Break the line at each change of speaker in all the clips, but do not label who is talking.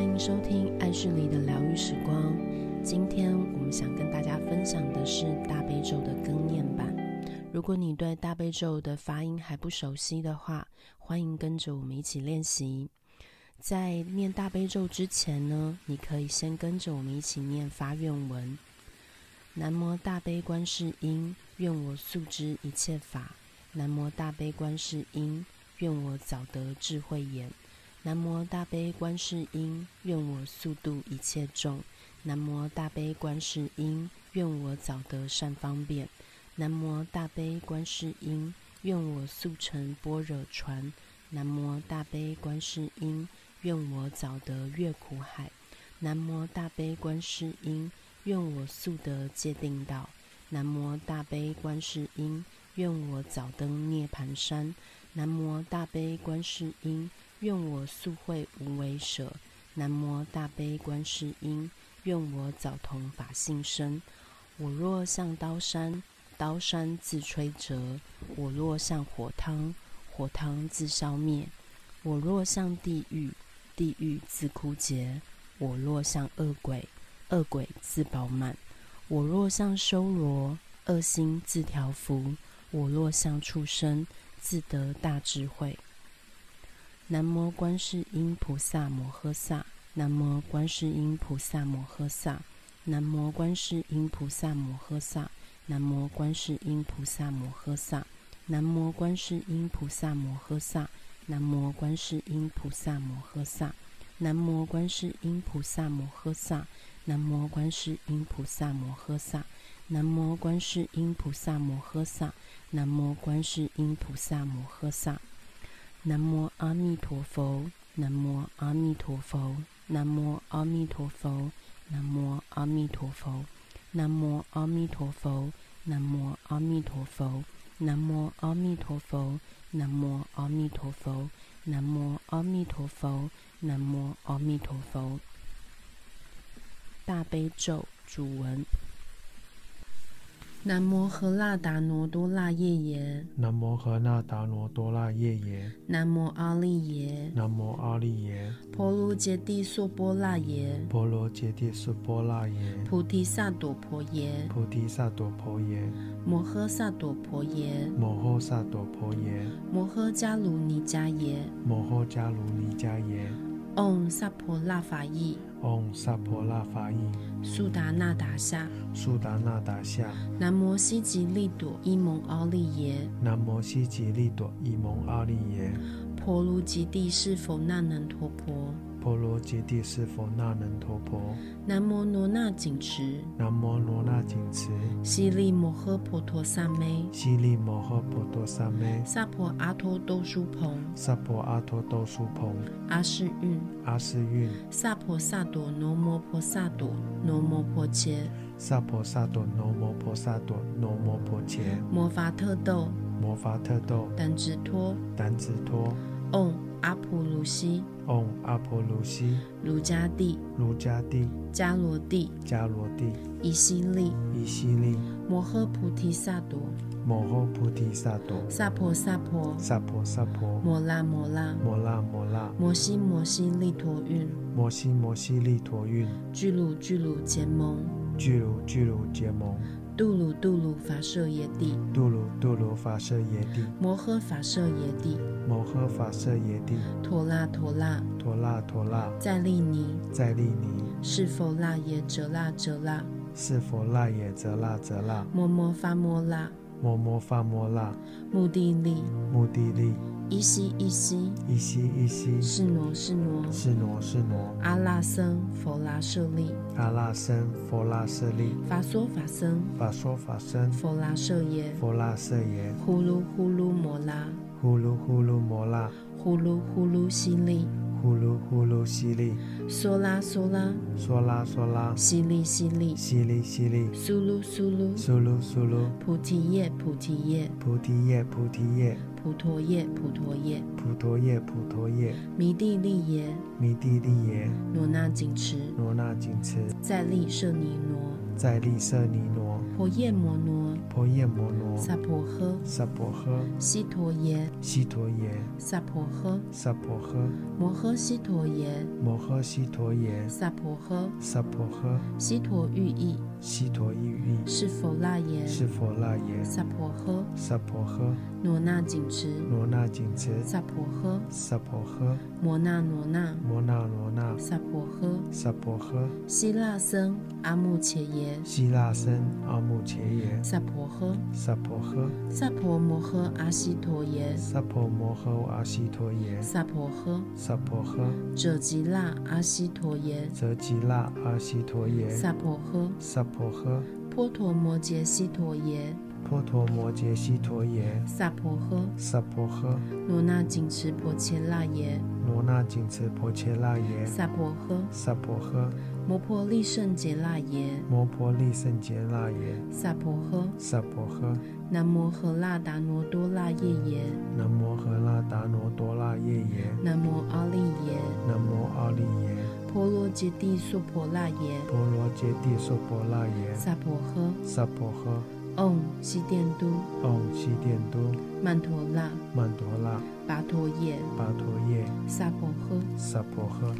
迎收听《暗室里的疗愈时光》。今天我们想跟大家分享的是大悲咒的更念版。如果你对大悲咒的发音还不熟悉的话，欢迎跟着我们一起练习。在念大悲咒之前呢，你可以先跟着我们一起念发愿文：南无大悲观世音，愿我速知一切法；南无大悲观世音，愿我早得智慧眼。南无大悲观世音，愿我速度一切众；南无大悲观世音，愿我早得善方便；南无大悲观世音，愿我速成般若船；南无大悲观世音，愿我早得越苦海；南无大悲观世音，愿我速得界定道；南无大悲观世音，愿我早登涅盘山；南无大悲观世音。愿我速会无为舍，南无大悲观世音。愿我早同法性生。我若像刀山，刀山自摧折；我若像火汤，火汤自烧灭；我若像地狱，地狱自枯竭；我若像恶鬼，恶鬼自饱满；我若像修罗，恶心自调伏；我若像畜生，自得大智慧。南无观世音菩萨摩诃萨，南无观世音菩萨摩诃萨，南无观世音菩萨摩诃萨，南无观世音菩萨摩诃萨，南无观世音菩萨摩诃萨，南无观世音菩萨摩诃萨，南无观世音菩萨摩诃萨，南无观世音菩萨摩诃萨，南无观世音菩萨摩诃萨，南无观世音菩萨摩诃萨。南无阿弥陀佛，南无阿弥陀佛，南无阿弥陀佛，南无阿弥陀佛，南无阿弥陀佛，南无阿弥陀佛，南无阿弥陀佛，南无阿弥陀佛，南无阿弥陀佛，南无阿弥陀佛。大悲咒主文：南无何那达挪多那夜耶，
南摩诃那达罗多那夜耶，
南无阿利耶，
南摩阿利耶，
婆卢羯帝烁波那耶。
婆罗揭谛苏波那耶，
菩提萨埵婆耶，
菩提萨埵婆耶，
摩诃萨埵婆耶，
摩诃萨埵婆耶，
摩诃迦卢尼迦耶，
摩诃迦卢尼迦耶，
唵萨婆那法译，
唵萨婆那法译，
苏达那达夏，
苏达那达夏，
南摩悉吉利朵伊蒙奥利耶，
南摩悉吉利朵伊蒙阿利耶，
婆卢及地是否那能陀婆，
婆罗揭谛是否那能陀婆，
南摩罗那紧持，
南摩罗那紧持，
悉利摩诃婆陀萨梅，
悉利摩诃婆多萨咩，
萨婆阿托兜输蓬，
萨婆阿托兜苏蓬，
阿是运，
阿是运，
萨婆萨埵挪摩婆萨埵挪摩婆切，
萨婆萨埵挪摩婆萨埵挪摩婆伽，
摩伐特斗
摩伐特豆，
胆直托，
掸子托，
唵阿婆卢西，
唵阿婆卢西，
卢迦帝，
卢迦帝，
迦罗帝，
迦罗帝，
以悉利，
伊悉利，
摩诃菩提萨埵，
摩诃菩提萨埵，
萨婆萨婆，
萨婆萨婆，
摩那摩那，
摩那摩那，
摩悉摩悉利陀运，
摩悉摩悉利陀运，
俱卢俱卢结盟，
俱卢俱卢结盟，
杜鲁杜鲁法舍耶帝，
杜鲁杜鲁法舍耶帝，
摩诃法舍耶帝，
摩诃法舍耶帝，
陀那陀那，
陀那陀那，
在利尼，
在利尼，
是否那耶哲那哲那，
是佛那也则那则那，
摩摩发摩那，
摩摩发摩那，
目的利，
目的利，
依悉依悉，
依悉依悉，
是挪是挪，
是挪是挪，
阿那僧佛拉舍利，
阿那僧佛那舍利，
法梭法僧
法说法僧，
佛拉舍耶，
佛那舍耶，
呼噜呼噜摩拉，
呼噜呼噜摩那，
呼噜呼噜悉利，
呼噜呼噜悉利，
梭拉梭拉，
娑啦娑啦，
悉利悉利，
悉利悉利，
苏噜苏噜，
苏噜苏噜，
菩提叶菩提叶，
菩提叶菩提叶，
普陀叶普陀叶，
普陀叶普陀叶，
弥帝利耶，
弥帝利耶，
罗那紧持，
罗那紧持，
在利舍尼罗，
在利色尼挪、
婆夜摩罗、
婆夜摩罗、
萨婆诃、
萨婆诃、
悉陀耶、
悉陀耶、
萨婆诃、
萨婆诃、
摩诃悉陀耶、
摩诃悉陀耶、
萨婆诃、
萨婆诃、
悉陀喻意，
悉陀伊喻，
是否那耶？
是佛那耶、
萨婆诃、
萨婆诃、
罗那紧持，
罗那紧持、
萨婆诃、
萨婆诃、
摩那罗那，
摩那罗那、
萨婆诃。
萨婆诃、
希腊僧阿穆切耶、
希腊僧阿穆切耶、
萨婆诃、
萨婆诃、
萨婆摩诃阿悉陀耶、
萨婆摩诃阿悉陀耶、
萨婆诃、
萨婆诃、
者吉那阿悉陀耶、
则吉那阿悉陀耶、
萨婆诃、
萨婆诃、
波陀摩羯悉陀耶、
波陀摩羯悉陀耶、
萨婆诃、
萨婆诃、
罗那紧持婆切那耶、
罗那紧持婆切那耶、
萨婆诃、
萨婆诃、
摩婆利胜杰那耶、
摩婆利胜羯那耶、
萨婆诃、
萨婆诃、
南摩诃那达罗多那夜耶、
南摩诃那达罗多那夜耶、
南摩阿利耶、
南摩阿利耶、
婆罗揭谛娑婆那耶、
婆罗揭谛娑婆那耶、
萨婆诃。
萨婆诃、
唵悉殿都
唵悉殿都、
曼陀拉
曼陀拉、
跋陀夜
巴陀夜、
萨婆诃
萨婆诃、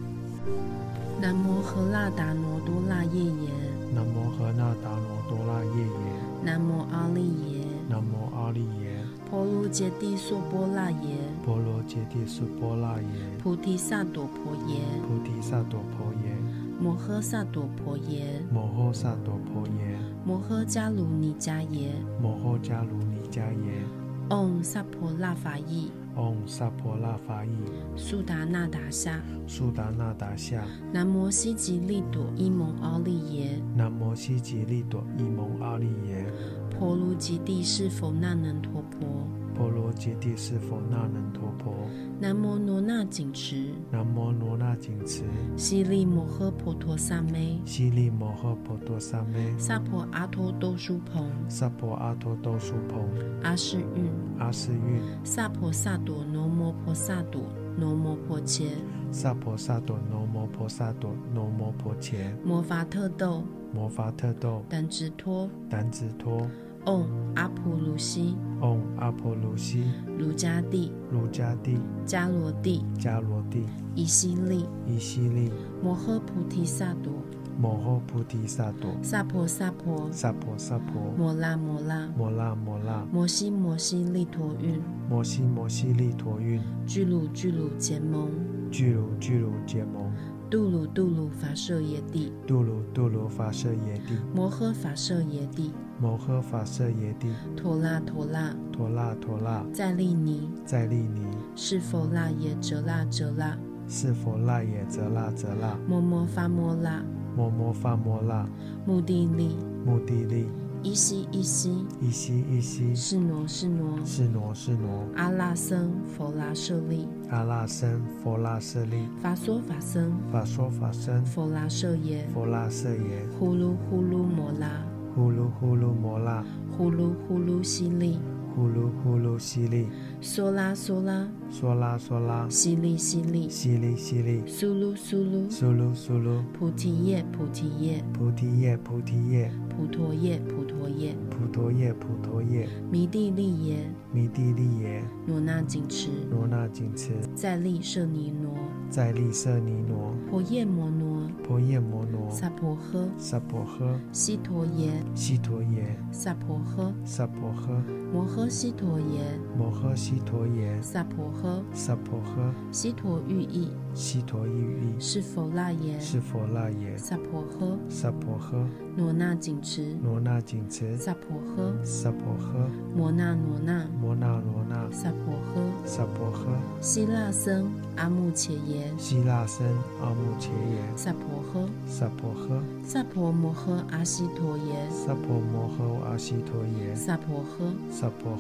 南摩诃那达罗多那夜耶
南摩诃那达罗多那夜耶、
南摩阿利耶
南摩阿利耶、
婆罗揭谛娑婆那耶
婆罗揭谛苏波那耶、
菩提萨埵婆耶
菩提萨埵婆耶、
摩诃萨埵婆耶
摩诃萨埵婆耶、
摩诃迦卢尼迦耶
摩诃迦卢尼迦耶、
唵萨婆那法意
唵萨婆那法译、
苏达那达夏
苏达那达夏、
南摩悉吉利朵伊蒙阿利耶
南摩悉吉利朵伊蒙阿利耶、
婆卢吉地是否那能陀婆
婆罗揭谛是否那能陀婆、
南摩罗那紧持
南摩罗那紧持、
悉利摩诃婆陀萨梅，
悉利摩诃婆多萨咩、
萨婆阿托兜输蓬，
萨婆阿多兜苏蓬、
阿是运，
阿斯韵、
萨婆萨朵罗摩婆萨朵罗摩婆切，
萨婆萨埵挪摩婆萨埵挪摩婆伽、
摩伐特豆，
摩伐特豆、
胆直托，
掸子托、
唵阿普卢西，
唵阿婆卢西、
卢迦帝，
卢迦帝、
迦罗帝，
迦罗帝、
以西利，
伊西利、
摩诃菩提萨朵，
摩诃菩提萨埵、
萨婆萨婆，
萨婆萨婆、
摩拉摩拉，
摩那摩那、
摩西摩西利陀运，
摩西摩西利陀运、
俱卢俱卢结蒙，
俱卢俱卢结蒙、
杜鲁杜鲁法舍耶帝，
杜卢杜卢法舍耶帝、
摩诃法舍耶帝。
摩诃法舍耶帝、
陀拉陀拉，
陀那陀那、
在利尼，
在利尼、
是否那耶哲那哲那，
是佛那也则那则那、
摩摩发摩拉，
摩摩发摩那、
目的利，
目的利。
依西依西，
一西一西，
是挪是挪，
是挪是挪，
阿拉僧佛拉舍利，
阿那僧佛那舍利，
法梭法僧
法说法僧
佛拉舍耶，
佛那舍耶，
呼噜呼噜摩拉，
呼噜呼噜摩那，
呼噜呼噜悉利，
呼噜呼噜悉利，
梭拉梭拉，
娑啦娑啦，
悉利悉利，
悉利悉利，
苏噜苏噜，
苏噜苏噜，
菩提叶菩提叶，
菩提叶菩提叶，
普陀叶普陀叶，
普陀叶普陀叶，
弥帝利耶，
弥帝利耶，
罗那紧持。
罗那紧持，
在利舍尼挪、
在利舍尼挪，
婆夜摩挪、
婆夜摩挪，
萨婆诃、
萨婆诃，
悉陀耶、
悉陀耶，
萨婆诃、
萨婆诃，
摩诃悉陀耶、
摩诃悉陀耶，
萨婆诃、
萨婆诃。
悉陀喻意，
悉陀伊喻，
是否那耶？
是佛那耶，
萨婆诃、
萨婆诃，
罗那紧持、
罗那紧持，
萨婆诃、
萨婆诃，
摩那罗那、
摩那罗那，
萨婆诃、
萨婆诃，
希腊僧阿穆切耶、
悉那僧阿穆切耶，
萨婆诃、
萨婆诃，
萨婆摩诃阿悉陀耶、
萨婆摩诃阿悉陀耶，
萨婆诃、
萨婆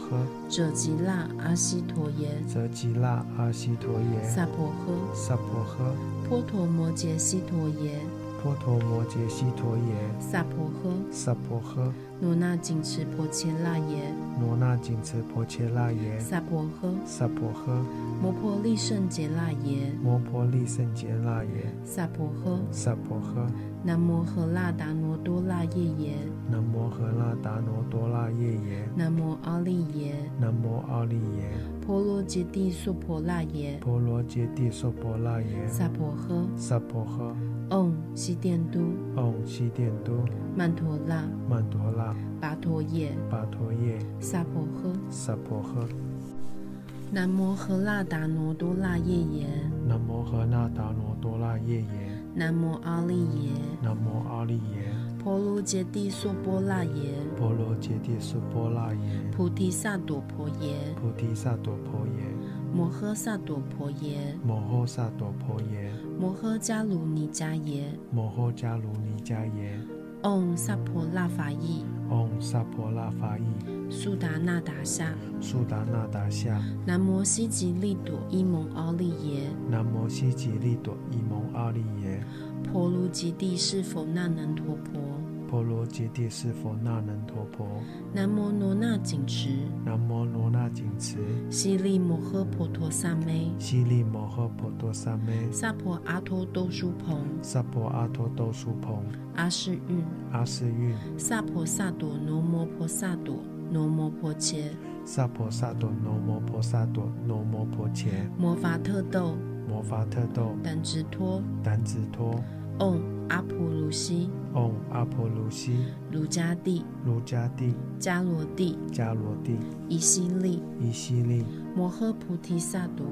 诃，
者吉那阿悉陀耶、
则吉那阿悉陀耶，
萨婆诃。
萨婆诃，
波陀摩羯悉陀耶，
波陀摩羯悉陀耶，
萨婆诃，
萨婆诃，
努那谨墀婆切那耶，
罗那紧持婆切那耶，
萨婆诃，
萨婆诃，
摩婆利胜杰那耶，
摩婆利胜杰那耶，
萨婆诃，
萨婆诃，
南摩诃那达挪多那夜耶，
南摩诃那达挪多那夜耶，
南摩阿利耶，
南摩阿利耶，
婆罗揭谛素婆那耶，
婆罗揭谛娑婆那耶，
萨婆诃，
萨婆诃，
唵悉殿都，
唵悉殿都，
曼陀那，
曼陀拉，
跋陀夜，
跋陀夜，
萨婆诃，
萨婆诃。
南摩诃那达挪多那夜耶，
南摩诃那达罗多那夜耶，
南摩阿利耶，
南摩阿利耶，
婆罗揭谛素波那耶，
波罗揭谛苏波那耶，
菩提萨埵婆耶，
菩提萨埵婆耶，
摩诃萨埵婆耶，
摩诃萨埵婆耶，
摩诃迦卢尼迦耶，
摩诃迦卢尼迦耶，
唵萨婆那法意，
唵萨婆那法意，
苏达那达夏，
苏达那达夏，
南摩悉吉利朵伊蒙阿利耶，
南摩悉吉利朵伊蒙阿利耶，
婆卢吉地是否那能陀婆，
波罗揭谛是佛那能陀婆，
南摩罗那谨墀，
南摩罗那谨墀，
悉利摩诃婆陀萨梅，
悉利摩诃婆多萨咩，
萨婆阿托兜输蓬，
萨婆阿多兜苏蓬，
阿是运，
阿是运。
萨婆萨埵挪摩婆萨埵挪摩婆切，
萨婆萨埵挪摩婆萨埵挪摩婆伽
摩伐特豆
摩伐特豆
胆直托，
胆子托
唵哦阿婆卢西，
唵阿婆卢西
卢迦帝，
卢迦帝
迦罗帝，
迦罗帝
伊西利，
伊西利
摩诃菩提萨埵，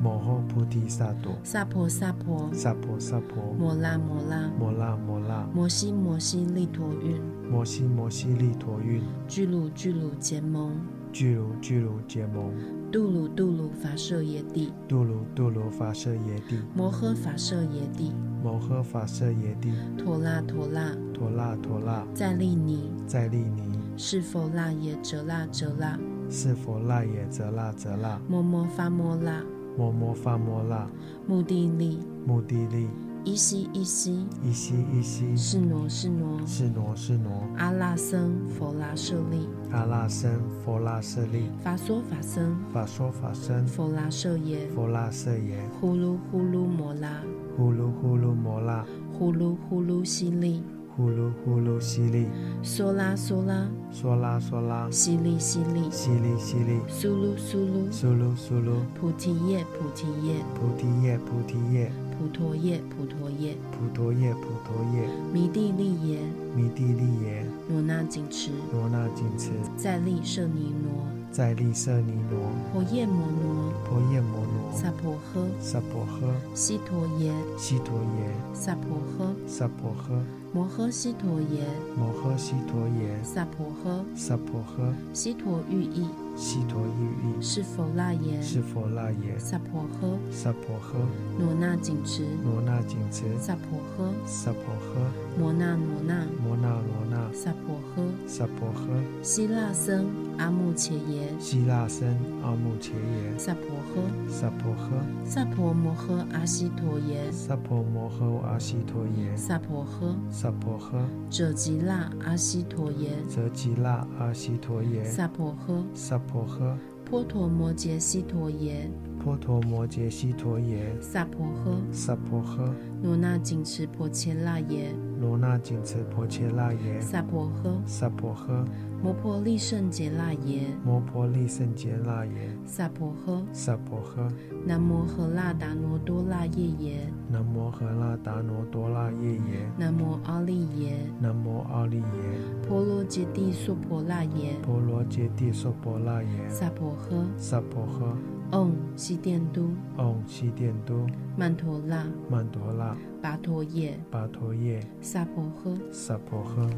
摩诃菩提萨埵
萨婆萨婆，
萨婆萨婆
摩拉摩拉，
摩那摩那
摩西摩西利陀运，
摩悉摩悉利陀运
俱卢俱卢结盟，
俱卢俱卢结盟
杜鲁杜鲁法舍耶帝，
杜卢杜卢法舍耶帝
摩诃法舍耶帝，
摩诃法舍耶帝
陀拉陀拉，
陀那陀那
在利尼，
在利尼
是否那耶哲那哲那，
是佛那也则那则那
摩摩发摩那，
摩摩发摩那
目的利，
目的利。
依西依西，
依西依西，
是挪是挪，
是挪是挪，
阿那僧佛拉舍利，
阿那僧佛那舍利，
法梭法僧
法说法僧
佛拉舍耶，
佛那舍耶，
呼噜呼噜摩拉，
呼噜呼噜摩那，
呼噜呼噜悉利，
呼噜呼噜悉利，
梭拉梭拉，
娑啦娑啦，
悉利悉利，
悉利悉利，
苏噜苏噜。
苏噜苏噜，
菩提叶，菩提叶，
菩提叶菩提叶，
普陀叶，普陀叶，
普陀叶普陀叶，
弥帝利耶，
弥帝利耶，
罗那紧持，
罗那紧持，
在利舍尼挪，
在利舍尼挪，
婆夜摩罗，
婆夜摩罗，
萨婆诃，
萨婆诃，
悉陀耶，
悉陀耶，
萨婆诃，
萨婆诃，
摩诃悉陀耶，
摩诃悉陀耶，
萨婆诃，
萨婆诃。
悉陀喻意，
悉陀喻意
是否那耶？
是佛那耶
萨婆诃，
萨婆诃
罗那紧持，
罗那紧持
萨婆诃，
萨婆诃
摩那罗那，
摩那罗那
萨婆诃，
萨婆诃
悉那僧阿穆切耶，
悉那僧阿穆切耶
萨婆诃，
萨婆诃
萨婆摩诃阿悉陀耶。
萨婆摩诃阿悉陀耶
萨婆诃，
萨婆诃
者吉那阿悉陀耶，
则吉那阿悉陀耶
萨婆诃，
萨婆诃
波陀摩羯悉陀耶，
波陀摩羯悉陀耶
萨婆诃，
萨婆诃
罗那紧持婆切那耶，
罗那紧持婆切那耶
萨婆诃，
萨婆诃
摩婆利胜杰那耶，
摩婆利胜羯那耶
萨婆诃，
萨婆诃
南摩诃那达挪多那夜耶，
南摩诃那达挪多那夜耶，
南摩阿利耶，
南摩阿利耶，
婆罗揭谛娑婆那耶，
婆罗揭谛娑婆那耶，
萨婆诃，
萨婆诃，
唵悉殿都，
唵悉殿都，
曼陀那，
曼陀那，
跋陀夜，
跋陀夜，
萨婆诃。
萨婆诃，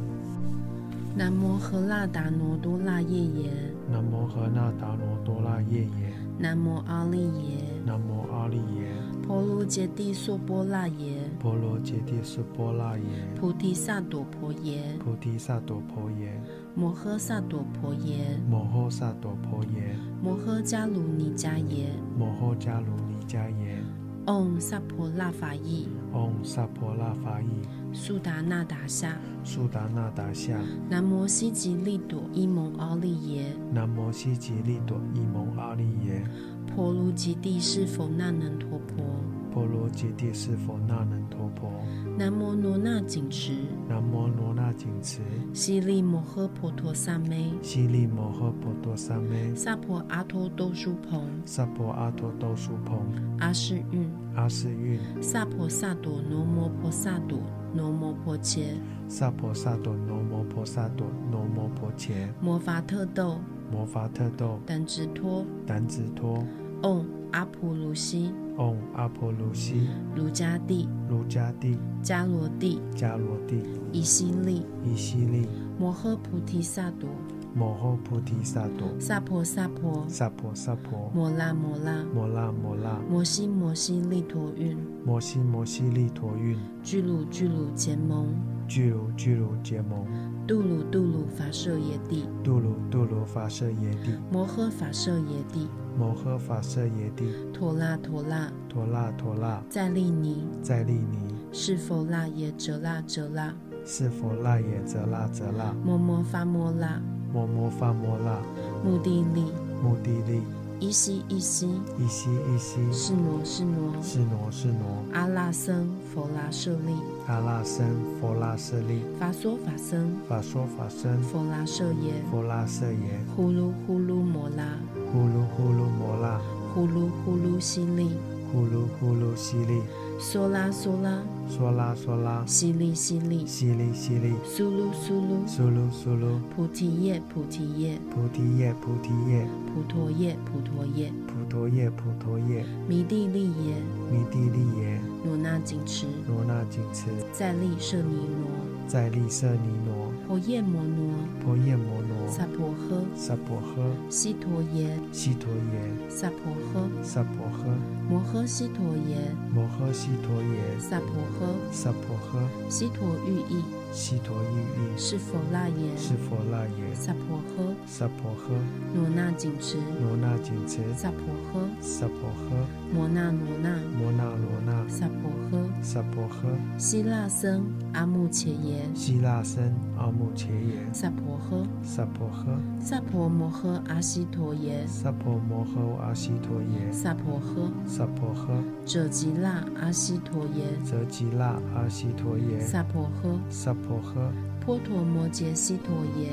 南摩诃那达挪多那夜耶，
南摩诃那达挪多那夜耶，
南摩阿利耶，
南摩阿利耶，
婆卢揭谛娑波那耶，
婆罗揭谛娑婆那耶，
菩提萨埵婆耶，
菩提萨埵婆耶，
摩诃萨埵婆耶，
摩诃萨埵婆耶，
摩诃迦卢尼迦耶，
摩诃迦卢尼迦耶，
Om 萨婆纳法意
Om 萨婆拉法伊
苏达那达夏，
苏达那达夏，
南摩悉吉利朵伊蒙奥利耶，
南摩悉吉利朵伊蒙阿利耶，
婆卢吉地是否那能陀婆，
婆罗揭谛是否那能陀婆，
南摩罗那紧持，
南摩罗那谨持，
悉利摩诃婆陀萨梅，
悉利摩诃婆多萨咩，
萨婆阿托兜输蓬，
萨婆阿多兜苏蓬，
阿是运，
阿是运，
萨婆萨朵罗摩婆萨朵罗摩婆切，
萨婆萨朵罗摩婆萨朵罗摩婆伽，
摩伐特豆
摩伐特豆，
等直托
掸子托。
，Om 阿普卢西，
Om 阿婆卢西、
卢迦帝、
卢迦帝、
迦罗帝、
迦罗帝、
以西利、
伊西利、
摩诃菩提萨朵，
摩诃菩提萨埵、
萨婆萨婆，
萨婆萨婆、
摩拉摩拉，
摩那摩那、
摩西摩西利陀运，
摩西摩西利陀运、
俱卢俱卢结盟，
俱卢俱卢结盟、
杜鲁杜鲁法舍耶帝，
杜鲁杜鲁法舍耶帝、
摩诃法舍耶帝，
摩诃法舍耶帝、
陀拉陀拉，
陀那陀那、
在利尼，
在利尼、
是否那耶哲那哲那，
是佛那耶则那则那、
摩摩发摩拉，
摩摩发摩那、
目的利，
目的利、
依西依西，
伊西伊西、
是挪是挪，
是挪是挪、
阿那僧佛拉舍利，
阿那僧佛那舍利。
法梭法僧
法说法身，
佛拉舍耶，
佛拉舍耶，
呼噜呼噜摩拉，
呼噜呼噜摩拉，
呼噜呼噜悉利。
呼噜呼噜犀利，
梭拉梭拉，
说啦说啦，
悉利悉利，
犀利犀利，
苏噜苏噜，
苏噜苏噜，
菩提叶菩提叶，
菩提叶菩提叶，
普陀叶普陀叶，
普陀叶普陀叶，
弥帝利耶，
弥帝利耶，
罗那紧持，
罗那紧持，
在利舍尼罗，
在利舍尼挪，
婆夜摩罗，
婆夜摩罗，
萨婆诃，
萨婆诃，
悉陀耶，
悉陀耶，
萨婆诃，
萨婆诃，
摩诃悉陀耶，
摩诃悉陀耶，
萨婆诃，
萨婆诃，
悉陀喻意，
悉陀喻意，
是否那耶，
是佛那耶，
萨婆诃，
萨婆诃，
罗那紧持，
罗那紧持。
萨婆诃，
萨婆诃，
摩那罗那，
摩那罗那，
萨婆诃。
萨婆诃，
希腊僧阿穆切耶，
悉那僧阿穆切耶，
萨婆诃，
萨婆诃，
萨婆摩诃阿悉陀耶，
萨婆摩诃阿悉陀耶，
萨婆诃，
萨婆诃，
者吉那阿悉陀耶，
则吉那阿悉陀耶，
萨婆诃，
萨婆诃，
波陀摩羯悉陀耶，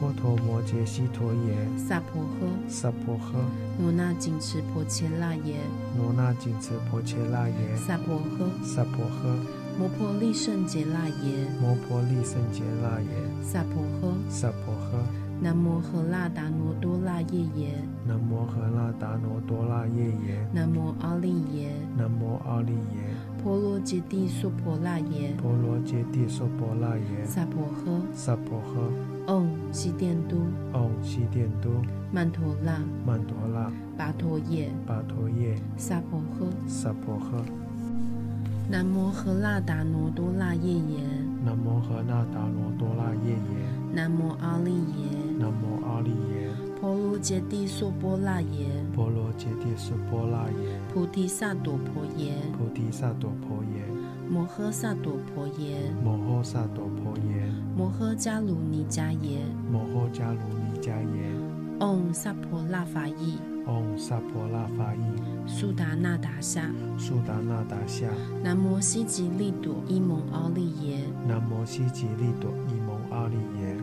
波陀摩羯悉陀耶，
萨婆诃，
萨婆诃，
罗那紧持婆切那耶，
罗那紧持婆切那耶，
萨婆诃，
萨婆诃，
摩婆利胜杰那耶，
摩婆利胜羯那耶，
萨婆诃，
萨婆诃，
南摩诃那达罗多那夜耶，
南摩诃那达罗多那夜耶，
南摩阿利耶，
南摩阿利耶。
婆罗揭谛娑婆那耶，
婆罗揭谛娑婆那耶，
萨婆诃，
萨婆诃，
唵悉殿都。
唵悉殿都，
曼陀拉、
曼陀那，
跋陀夜、
跋陀夜，
萨婆诃、
萨婆诃，
南摩诃那达罗多那夜耶、
南摩诃那达罗多那夜耶，
南摩阿利耶、
南摩阿利耶，
婆卢揭谛娑波那耶、
婆罗揭谛娑婆那耶，
菩提萨埵婆耶、
菩提萨埵婆耶，
摩诃萨埵婆耶、
摩诃萨埵婆耶，
摩诃迦卢尼迦耶、
摩诃迦卢尼迦耶，
唵萨婆那法意、
唵萨婆那法伊，
苏达那达夏、
苏达那达夏，
南摩悉吉利朵伊蒙奥利耶、
南摩悉吉利朵伊蒙阿利耶，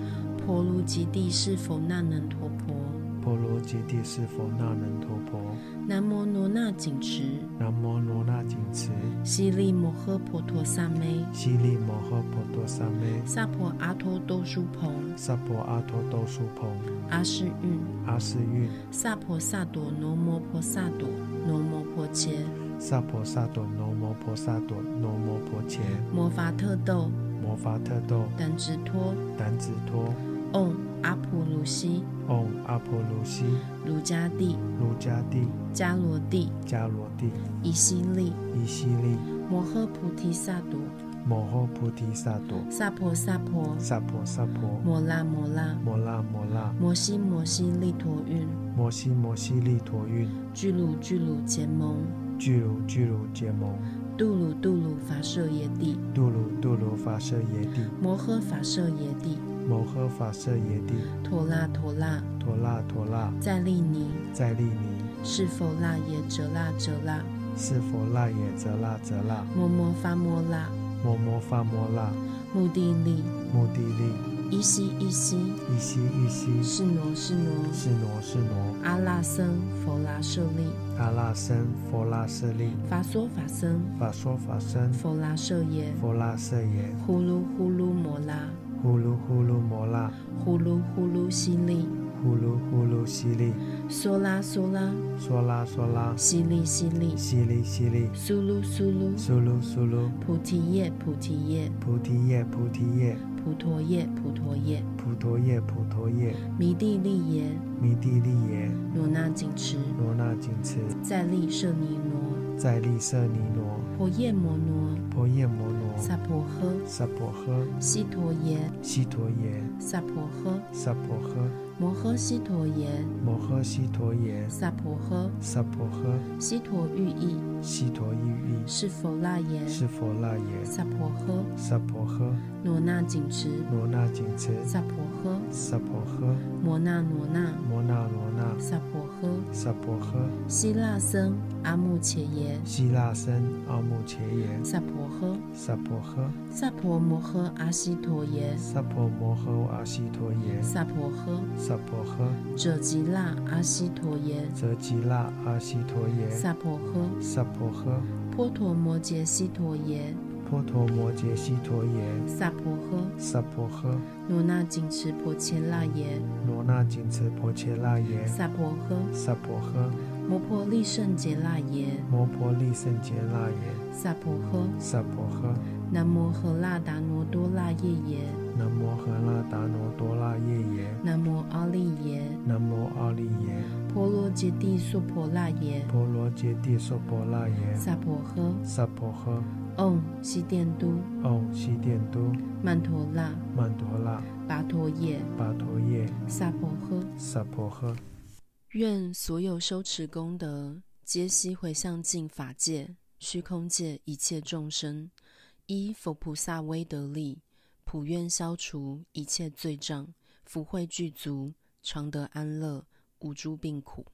婆卢揭谛是否那能陀婆、
婆罗揭谛是否那能陀婆？
南摩罗那紧持。
南摩罗那谨持，
悉利摩诃婆陀萨梅，
悉利摩诃婆多萨咩，
萨婆阿托兜输蓬，
萨婆阿陀兜苏蓬，
阿是运，
阿是运，
萨婆萨朵罗摩婆萨朵罗摩婆切，
萨婆萨埵罗摩婆萨埵罗摩婆伽，
摩伐特豆
摩伐特豆，
等直托，
掸子托，
唵阿普卢西，
唵阿婆卢西，
卢迦帝，
卢迦帝，
迦罗帝，
迦罗帝，
以西利，
伊西利，
摩诃菩提萨朵，
摩诃菩提萨埵，
萨婆萨婆，
萨婆萨婆，
摩拉摩拉，
摩那摩那，
摩西摩西利陀运，
摩西摩西利陀运，
俱卢俱卢结盟，
俱卢俱卢结盟，
杜鲁杜鲁法舍耶帝，
杜卢杜卢法舍耶帝，
摩诃法舍耶帝，
摩诃法舍耶帝，
陀拉陀拉，
陀那陀那，
在利尼，
在利尼，
是否那耶哲那哲那，
是佛那也则那则那，
摩摩发摩拉，
摩摩发摩那，
目的利，
目的利，
依西依西，
一悉一悉，
是挪是挪，
是挪是挪，
阿那僧佛拉舍利，
阿那僧佛那舍利，
法梭法僧
法说法僧，
佛拉舍耶，
佛那舍耶，
呼噜呼噜摩拉，
呼噜呼噜摩那，
呼噜呼噜悉利，
呼噜呼噜悉利，
梭拉梭拉，
娑啦娑啦，
悉利悉利，
悉利悉利，
苏噜苏噜，
苏噜苏噜，
菩提叶菩提叶，
菩提叶菩提叶，
普陀叶普陀叶，
普陀夜普陀夜，
弥帝利耶，
弥帝利耶，
罗那紧持，
罗那紧持，
在利舍尼挪，
在利舍尼挪，
婆夜摩挪，
婆夜摩挪，
萨婆诃，
萨婆诃，
悉陀耶，
悉陀耶，
萨婆诃，
萨婆诃，
摩诃悉陀耶，
摩诃悉陀耶，
萨婆诃，
萨婆诃，
悉陀喻意，
悉陀喻意，
是否那耶，
是佛那耶，
萨婆诃，
萨婆诃，
罗那紧持，
罗那紧持，
萨婆诃，
萨婆诃，
摩那罗那，
摩那罗那，
萨婆诃，
萨婆诃，
悉那僧阿穆切耶，
悉那僧阿穆切耶，
萨婆诃，
萨婆诃，
萨婆摩诃阿悉陀耶，
萨婆摩诃阿悉陀耶，
萨婆诃。
萨婆诃。
者吉那阿悉陀耶，
则吉那阿悉陀耶，
萨婆诃，
萨婆诃，
波陀摩羯悉陀耶，
波陀摩羯悉陀耶，
萨婆诃，
萨婆诃，
罗那紧持婆切那耶，
罗那紧持婆切那耶，
萨婆诃，
萨婆诃，
摩婆利胜羯那耶，
摩婆利胜羯那耶，
萨婆诃，
萨婆诃，
南摩诃那达罗多那夜耶，
南摩诃那达罗多那夜耶，
南摩阿利耶，
南摩阿利耶，
婆罗羯帝娑婆那耶，
婆罗揭谛娑婆那耶，
萨婆诃，
萨婆诃，
唵悉殿都，
唵悉殿都，
曼陀那，
曼陀那，
跋陀耶，
跋陀夜，
萨婆诃。
萨婆诃，
愿所有修持功德皆悉回向净法界、虚空界一切众生，依佛菩萨威德力，普愿消除一切罪障，福慧具足，常得安乐，无诸病苦。